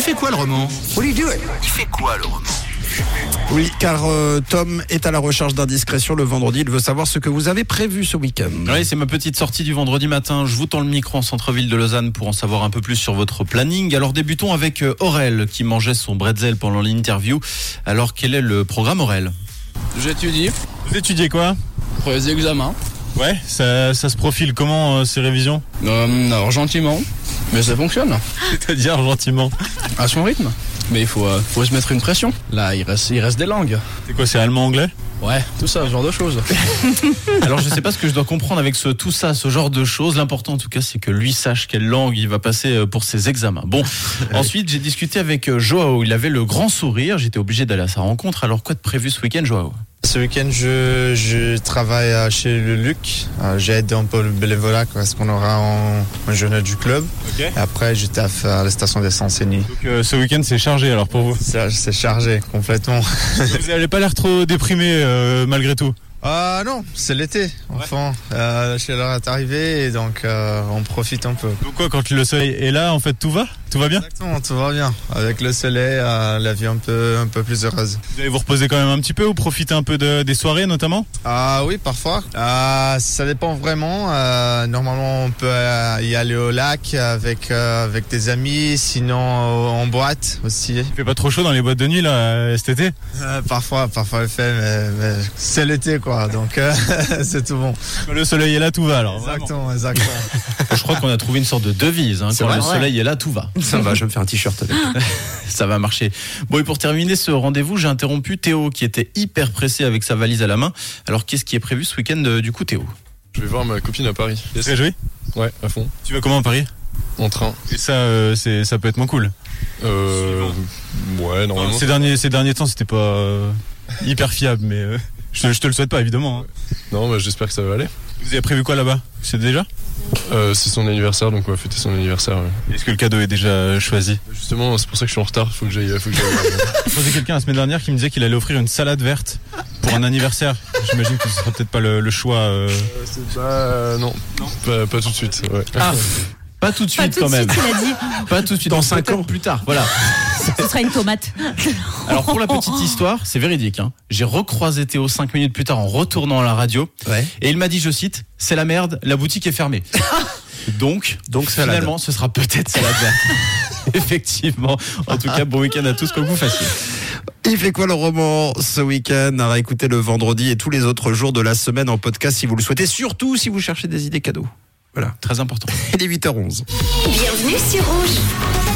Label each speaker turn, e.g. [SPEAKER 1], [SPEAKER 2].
[SPEAKER 1] fait quoi le roman
[SPEAKER 2] What are you doing?
[SPEAKER 1] Il fait quoi le roman
[SPEAKER 2] Oui, car euh, Tom est à la recherche d'indiscrétion le vendredi. Il veut savoir ce que vous avez prévu ce week-end.
[SPEAKER 3] Oui, c'est ma petite sortie du vendredi matin. Je vous tends le micro en centre-ville de Lausanne pour en savoir un peu plus sur votre planning. Alors débutons avec euh, Aurel qui mangeait son bretzel pendant l'interview. Alors quel est le programme Aurel
[SPEAKER 4] J'étudie
[SPEAKER 5] Vous étudiez quoi
[SPEAKER 4] pour les examens.
[SPEAKER 5] Ouais, ça, ça se profile comment euh, ces révisions
[SPEAKER 4] Euh, alors gentiment, mais ça fonctionne,
[SPEAKER 5] C'est-à-dire gentiment.
[SPEAKER 4] à son rythme. Mais il faut, euh, faut se mettre une pression. Là, il reste, il reste des langues.
[SPEAKER 5] C'est quoi, c'est allemand-anglais
[SPEAKER 4] Ouais, tout ça, ce genre de choses.
[SPEAKER 3] Alors je sais pas ce que je dois comprendre avec ce, tout ça, ce genre de choses. L'important en tout cas c'est que lui sache quelle langue il va passer euh, pour ses examens. Bon, ensuite j'ai discuté avec euh, Joao. Il avait le grand sourire. J'étais obligé d'aller à sa rencontre. Alors quoi de prévu ce week-end Joao
[SPEAKER 6] Ce week-end, je, je travaille euh, chez le Luc.
[SPEAKER 5] Ah,
[SPEAKER 6] Euh, J'aide un peu le bénévolat quoi, parce qu'on aura en, en journée du club.
[SPEAKER 5] Ok.
[SPEAKER 6] Et après, je taffe à la station d'essence et nuit.
[SPEAKER 5] Donc euh, ce week-end c'est chargé alors pour vous.
[SPEAKER 6] Ça, C'est chargé complètement.
[SPEAKER 5] vous n'avez pas l'air trop déprimé euh, malgré tout.
[SPEAKER 6] Ah non, c'est l'été, enfin. Euh, chez l'heure est arrivée et donc euh, on profite un peu.
[SPEAKER 5] Donc quoi, quand le soleil est là, en fait tout va Tout va bien
[SPEAKER 6] Exactement, tout va bien. Avec le soleil, euh, la vie un peu, un peu plus heureuse.
[SPEAKER 5] Vous allez vous reposer quand même un petit peu ou profiter un peu de- des soirées notamment
[SPEAKER 6] Ah oui, parfois. Ah, ça dépend vraiment. Euh, normalement, on peut euh, y aller au lac avec euh, avec des amis, sinon euh, en boîte aussi.
[SPEAKER 5] Il fait pas trop chaud dans les boîtes de nuit là euh, cet été
[SPEAKER 6] Euh, parfois, parfois le fait, mais, mais c'est l'été quoi, donc euh, c'est tout bon.
[SPEAKER 5] Quand le soleil est là, tout va alors. vraiment.
[SPEAKER 6] Exactement, exactement.
[SPEAKER 3] Je crois qu'on a trouvé une sorte de devise. hein.
[SPEAKER 2] C'est
[SPEAKER 3] quand
[SPEAKER 2] vrai,
[SPEAKER 3] le
[SPEAKER 2] ouais.
[SPEAKER 3] soleil est là, tout va.
[SPEAKER 2] Ça va, je vais me faire un t-shirt avec.
[SPEAKER 3] ça va marcher. Bon, et pour terminer ce rendez-vous, j'ai interrompu Théo qui était hyper pressé avec sa valise à la main. Alors, qu'est-ce qui est prévu ce week-end euh, du coup, Théo
[SPEAKER 7] Je vais voir ma copine à Paris.
[SPEAKER 5] Tu vas jouer
[SPEAKER 7] Ouais, à fond.
[SPEAKER 5] Tu vas comment à Paris
[SPEAKER 7] En train.
[SPEAKER 5] Et ça, euh, c'est- ça peut être moins cool.
[SPEAKER 7] Euh. Ouais, normalement.
[SPEAKER 5] Ces derniers, ces derniers temps, c'était pas euh, hyper fiable, mais euh, je, te- je te le souhaite pas évidemment. hein.
[SPEAKER 7] Non, mais j'espère que ça va aller.
[SPEAKER 5] Vous avez prévu quoi là-bas C'est déjà
[SPEAKER 7] Euh, c'est son anniversaire, donc on va fêter son anniversaire. ouais.
[SPEAKER 5] Est-ce que le cadeau est déjà euh, choisi
[SPEAKER 7] Justement, c'est pour ça que je suis en retard. Faut que j'aille. Faut que j'aille.
[SPEAKER 5] J'ai croisé quelqu'un la semaine dernière qui me disait qu'il allait offrir une salade verte pour un anniversaire. J'imagine que ce sera peut-être pas le, le choix. euh.
[SPEAKER 7] Euh, c'est pas. euh, non. Pas, pas tout de suite. Ouais.
[SPEAKER 3] Ah Pas tout de
[SPEAKER 8] Pas
[SPEAKER 3] suite
[SPEAKER 8] tout de
[SPEAKER 3] quand même.
[SPEAKER 8] suite, il a dit.
[SPEAKER 3] Pas tout de suite. Dans 5 ans. Plus tard, voilà.
[SPEAKER 8] Ce sera une tomate.
[SPEAKER 3] Alors pour la petite histoire, c'est véridique. hein. J'ai recroisé Théo 5 minutes plus tard en retournant à la radio.
[SPEAKER 2] Ouais.
[SPEAKER 3] Et il m'a dit, je cite, c'est la merde, la boutique est fermée. Donc,
[SPEAKER 2] Donc, salade.
[SPEAKER 3] finalement, ce sera peut-être salade verte. Effectivement. En tout cas, bon week-end à tous, comme vous fassiez.
[SPEAKER 2] Il fait quoi le roman ce week-end À réécouter le vendredi et tous les autres jours de la semaine en podcast si vous le souhaitez, surtout si vous cherchez des idées cadeaux.
[SPEAKER 3] Très important.
[SPEAKER 2] Il est 8h11.
[SPEAKER 9] Bienvenue sur Rouge.